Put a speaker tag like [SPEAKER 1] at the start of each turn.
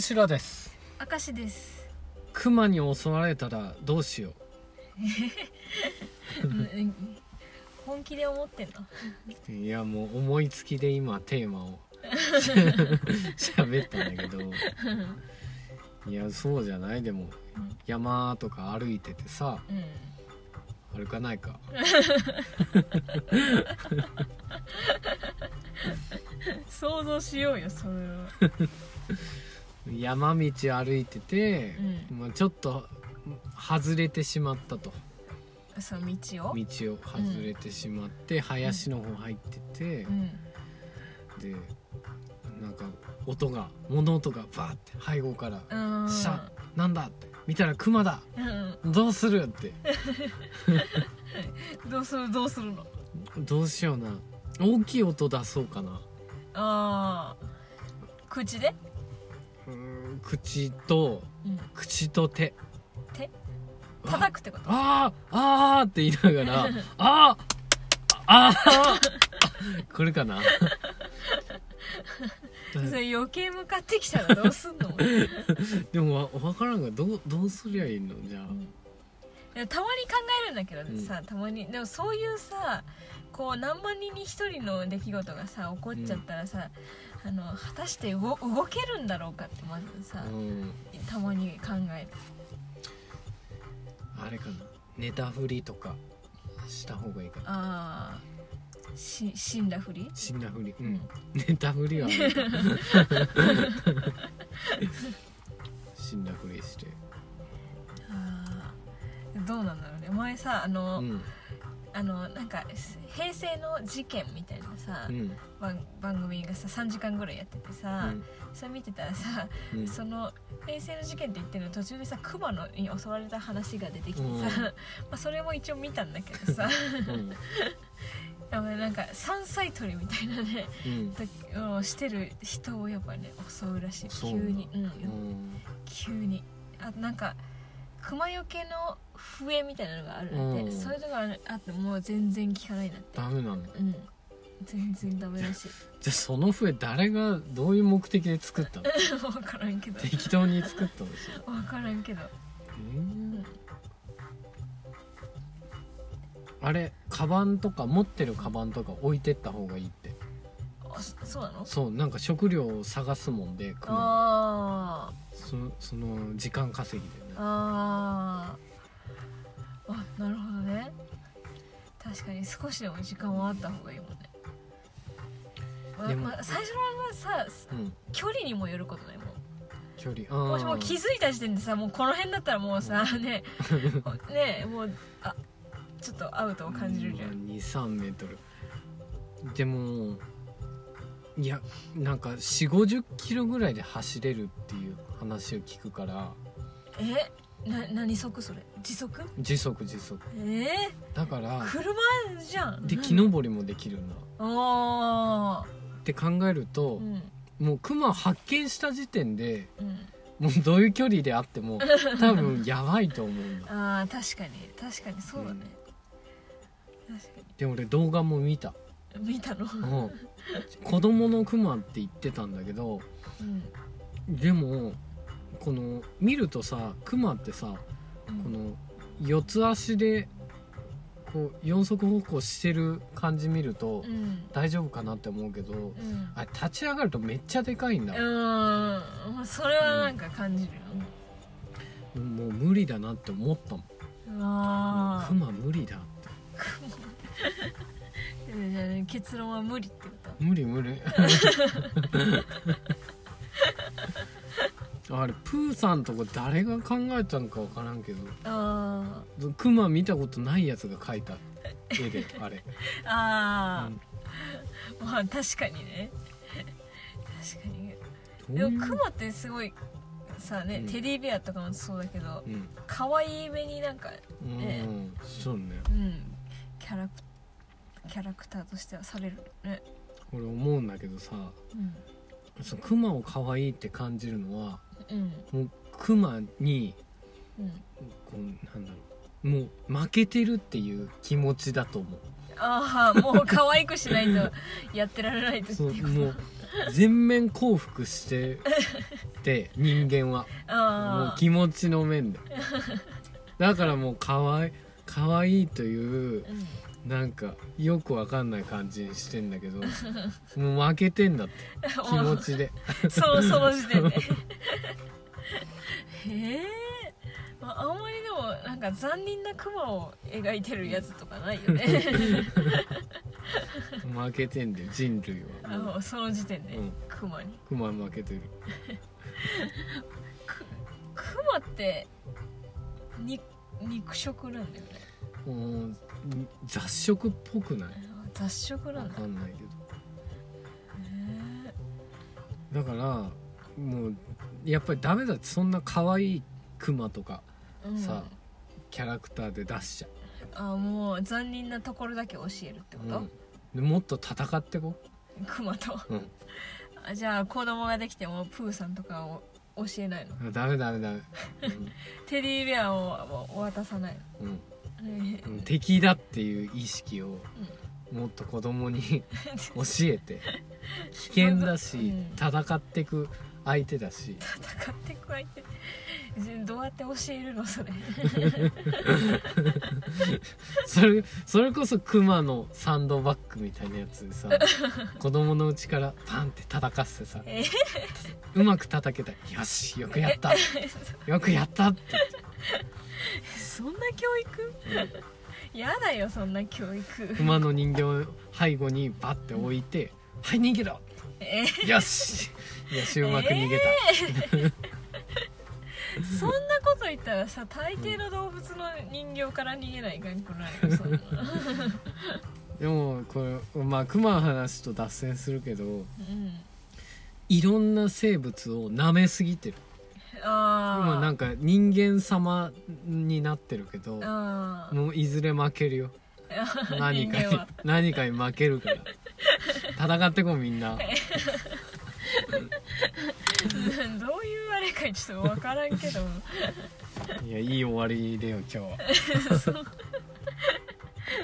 [SPEAKER 1] シラです
[SPEAKER 2] 明石です。
[SPEAKER 1] クマに襲われたらどうしよ
[SPEAKER 2] 本気で思ってんの。
[SPEAKER 1] ういやもう思いつきで今テー マを喋ったんだけどいやそうじゃないでも
[SPEAKER 2] うん
[SPEAKER 1] 山とか歩いててさ
[SPEAKER 2] うん。
[SPEAKER 1] 歩かないか
[SPEAKER 2] 想像しようよ、それは。
[SPEAKER 1] 山道歩いてて、
[SPEAKER 2] う
[SPEAKER 1] まあ、ちょっと外れてしまったと
[SPEAKER 2] その道を。
[SPEAKER 1] 道を外れてしまって、林の方入ってて、
[SPEAKER 2] うん。
[SPEAKER 1] でなんか音が物音がバーって背後から
[SPEAKER 2] う
[SPEAKER 1] 「
[SPEAKER 2] ん。
[SPEAKER 1] シャッなんだ?」って見たら「クマだ
[SPEAKER 2] うん。
[SPEAKER 1] どうする?」って
[SPEAKER 2] どうする、どうするの。
[SPEAKER 1] どうしような大きい音出そうかな
[SPEAKER 2] ああ。口で。
[SPEAKER 1] うーん口と
[SPEAKER 2] うん。
[SPEAKER 1] 口と手
[SPEAKER 2] 手
[SPEAKER 1] あ
[SPEAKER 2] 叩くってこと。
[SPEAKER 1] あーあーって言いながら「あーああーこれかな
[SPEAKER 2] それ余計向かってきたら、どうすんの。うん
[SPEAKER 1] でも分からんがどうどうすりゃいいのじゃあ
[SPEAKER 2] でもたまに考えるんだけど
[SPEAKER 1] うん
[SPEAKER 2] さ、たまにでもそういうさこう何万人に一人の出来事がさ起こっちゃったらさ、あの果たして動動けるんだろうかってまずさ、
[SPEAKER 1] うん
[SPEAKER 2] たまに考える
[SPEAKER 1] あれかなネタ振りとかした方がいいかな
[SPEAKER 2] ああし死んだふり
[SPEAKER 1] 死んだふりうんネタふりはある死んだふりして
[SPEAKER 2] あーどうなんだろうね前さあの,、
[SPEAKER 1] うん
[SPEAKER 2] あのなんか平成の事件みたいなさ、
[SPEAKER 1] うん
[SPEAKER 2] 番番組がさ3時間ぐらいやってて
[SPEAKER 1] う
[SPEAKER 2] さ、
[SPEAKER 1] ん
[SPEAKER 2] それ見てたらさ、
[SPEAKER 1] うん
[SPEAKER 2] その平成の事件って言ってるの途中でさ熊のに襲われた話が出てきてさ、
[SPEAKER 1] うん
[SPEAKER 2] まあそれも一応見たんだけ どさ
[SPEAKER 1] うん
[SPEAKER 2] やっぱりなんか山菜採りみたいなね
[SPEAKER 1] うん
[SPEAKER 2] とうんしてる人をやっぱね襲うらしい急
[SPEAKER 1] そう
[SPEAKER 2] に、うん
[SPEAKER 1] うん
[SPEAKER 2] 急にあなんか熊よけの笛みたいなのがあるんで、
[SPEAKER 1] うん
[SPEAKER 2] そういうのがあってもう全然効かないんだって
[SPEAKER 1] ダメなんだ
[SPEAKER 2] うん全然ダメらしい
[SPEAKER 1] じゃあその笛誰がどういう目的で作 ったの
[SPEAKER 2] 分からんけど
[SPEAKER 1] 適当に作ったのそれ
[SPEAKER 2] 分からんけど
[SPEAKER 1] うんあれカバンとか持ってるカバンとか置いてった方がいいって
[SPEAKER 2] あそそうなの
[SPEAKER 1] そうなんか食料を探すもんでクマ
[SPEAKER 2] あ
[SPEAKER 1] そその時間稼ぎで
[SPEAKER 2] ー
[SPEAKER 1] ね
[SPEAKER 2] あーあなるほどね確かに少しでも時間はあった方がいいもんねま
[SPEAKER 1] でも
[SPEAKER 2] まあ、最初のさ
[SPEAKER 1] うん
[SPEAKER 2] 距離にもよることないもん
[SPEAKER 1] 距離
[SPEAKER 2] も
[SPEAKER 1] あ
[SPEAKER 2] しもう気づいた時点でさもうこの辺だったらもうさ、 ねねもうあちょっとアウトを感じるじゃん、
[SPEAKER 1] 2 3メートルでもいやなんか4 5 0キロぐらいで走れるっていう話を聞くから
[SPEAKER 2] えな何速それ時速
[SPEAKER 1] 時速時速
[SPEAKER 2] え
[SPEAKER 1] だか
[SPEAKER 2] ー、
[SPEAKER 1] ら
[SPEAKER 2] 車じゃん
[SPEAKER 1] で木登りもできるんだっ
[SPEAKER 2] ああ
[SPEAKER 1] て考えると
[SPEAKER 2] う、ん
[SPEAKER 1] もうクマ発見した時点で
[SPEAKER 2] うん
[SPEAKER 1] もうどういう距離であっても多分やばいと思うんだ
[SPEAKER 2] あー確かに確かにそうだね、確か
[SPEAKER 1] で俺動画も見た、
[SPEAKER 2] に見たの
[SPEAKER 1] うん子供のクマって言ってたんだけど
[SPEAKER 2] うん
[SPEAKER 1] でもこの見るとさクマってさこの四つ足でこう四足歩行してる感じ見ると
[SPEAKER 2] うん
[SPEAKER 1] 大丈夫かなって思うけど
[SPEAKER 2] うん
[SPEAKER 1] あれ立ち上がるとめっちゃでかいんだ
[SPEAKER 2] う、んまあそれはなんか感じるよ、
[SPEAKER 1] もう無理だなって思ったもん
[SPEAKER 2] あ
[SPEAKER 1] クマ無理だって
[SPEAKER 2] あ、じゃあね結論は無理ってこと
[SPEAKER 1] 無理 無理あれプーさんとこ誰が考えたんか分からんけ
[SPEAKER 2] あ
[SPEAKER 1] どクマ見たことないやつが描いた絵であれ、
[SPEAKER 2] ーあ
[SPEAKER 1] うん
[SPEAKER 2] ー、まあ確かにね確かに
[SPEAKER 1] ど
[SPEAKER 2] で
[SPEAKER 1] ういう
[SPEAKER 2] もクマってすごいさね、
[SPEAKER 1] うん
[SPEAKER 2] テディベアとかもそうだけど
[SPEAKER 1] うん
[SPEAKER 2] 可愛い目になんか
[SPEAKER 1] うん、
[SPEAKER 2] え
[SPEAKER 1] そうね
[SPEAKER 2] うんキャラクキャラクターとしてはされるね
[SPEAKER 1] 俺思うんだけどさ
[SPEAKER 2] うん
[SPEAKER 1] そのクマを可愛いって感じるのは
[SPEAKER 2] うん
[SPEAKER 1] もうクマに
[SPEAKER 2] うん
[SPEAKER 1] こうなんだろうもう負けてるっていう気持 ちだと思う
[SPEAKER 2] ああもう可愛くしないとやってられないとって
[SPEAKER 1] そう
[SPEAKER 2] いう
[SPEAKER 1] もう全面降伏してて 人間はもう
[SPEAKER 2] ああ
[SPEAKER 1] 気持ちの面でだからもうかわいかわいいという
[SPEAKER 2] うん
[SPEAKER 1] なんかよくわかんない感じにしてんだ けどもう負けてんだって気持ちで
[SPEAKER 2] そのその時点でへえ、まあ、あんまりでもなんか残忍なクマを描いてるやつとかないよ ね
[SPEAKER 1] 負けてんだよ人類
[SPEAKER 2] あ
[SPEAKER 1] はもう
[SPEAKER 2] のその時点で、
[SPEAKER 1] うん
[SPEAKER 2] クマに
[SPEAKER 1] クマ負けてる
[SPEAKER 2] ククマってに肉食なんだよね
[SPEAKER 1] もう雑食っぽくない
[SPEAKER 2] 雑食な
[SPEAKER 1] わ
[SPEAKER 2] んだ
[SPEAKER 1] かんないけどだ
[SPEAKER 2] へ
[SPEAKER 1] からもうやっぱりダメだってそんな可愛いクマとか
[SPEAKER 2] えうん
[SPEAKER 1] さキャラクターで出しちゃ
[SPEAKER 2] あもう残忍なところだけ教えるってこ
[SPEAKER 1] う、う
[SPEAKER 2] と、
[SPEAKER 1] んでもっと戦ってこ
[SPEAKER 2] クマと
[SPEAKER 1] う、うん
[SPEAKER 2] あじゃあ子供ができてもプーさんとかを教えないの
[SPEAKER 1] あダメダメダ メ、
[SPEAKER 2] テディベアをを渡さない
[SPEAKER 1] うんうん
[SPEAKER 2] の、ね
[SPEAKER 1] うん敵だっていう意識をもっと子供に 教えて危険だし
[SPEAKER 2] うん
[SPEAKER 1] 戦っていく相手だし
[SPEAKER 2] 戦ってく相手じゃどうやって教えるのそれ
[SPEAKER 1] それそれこそクマのサンドバッグみたいなやつでさ子供のうちからパンって叩かせてさ
[SPEAKER 2] えー
[SPEAKER 1] うまく叩けた「よしよくやったよくやった」って
[SPEAKER 2] そんな教育やだよそんな教育
[SPEAKER 1] クマの人形を背後にバッて置いて「はい逃げろ!
[SPEAKER 2] え」
[SPEAKER 1] よしよしうまく逃げた、
[SPEAKER 2] ーそんなこと言ったらさ大抵の動物の人形から逃げないかんくないよそんな
[SPEAKER 1] でもこれまあクマの話と脱線するけど
[SPEAKER 2] うん
[SPEAKER 1] いろんな生物を舐めすぎてる今
[SPEAKER 2] あ
[SPEAKER 1] なんか人間様になってるけど
[SPEAKER 2] あー
[SPEAKER 1] もういずれ負け るよ何か
[SPEAKER 2] 人間
[SPEAKER 1] に
[SPEAKER 2] は
[SPEAKER 1] 何かに負けるから戦ってこうみん な
[SPEAKER 2] うん どういうあれかちょっと分からんけど
[SPEAKER 1] いやいい終わりだよ今日は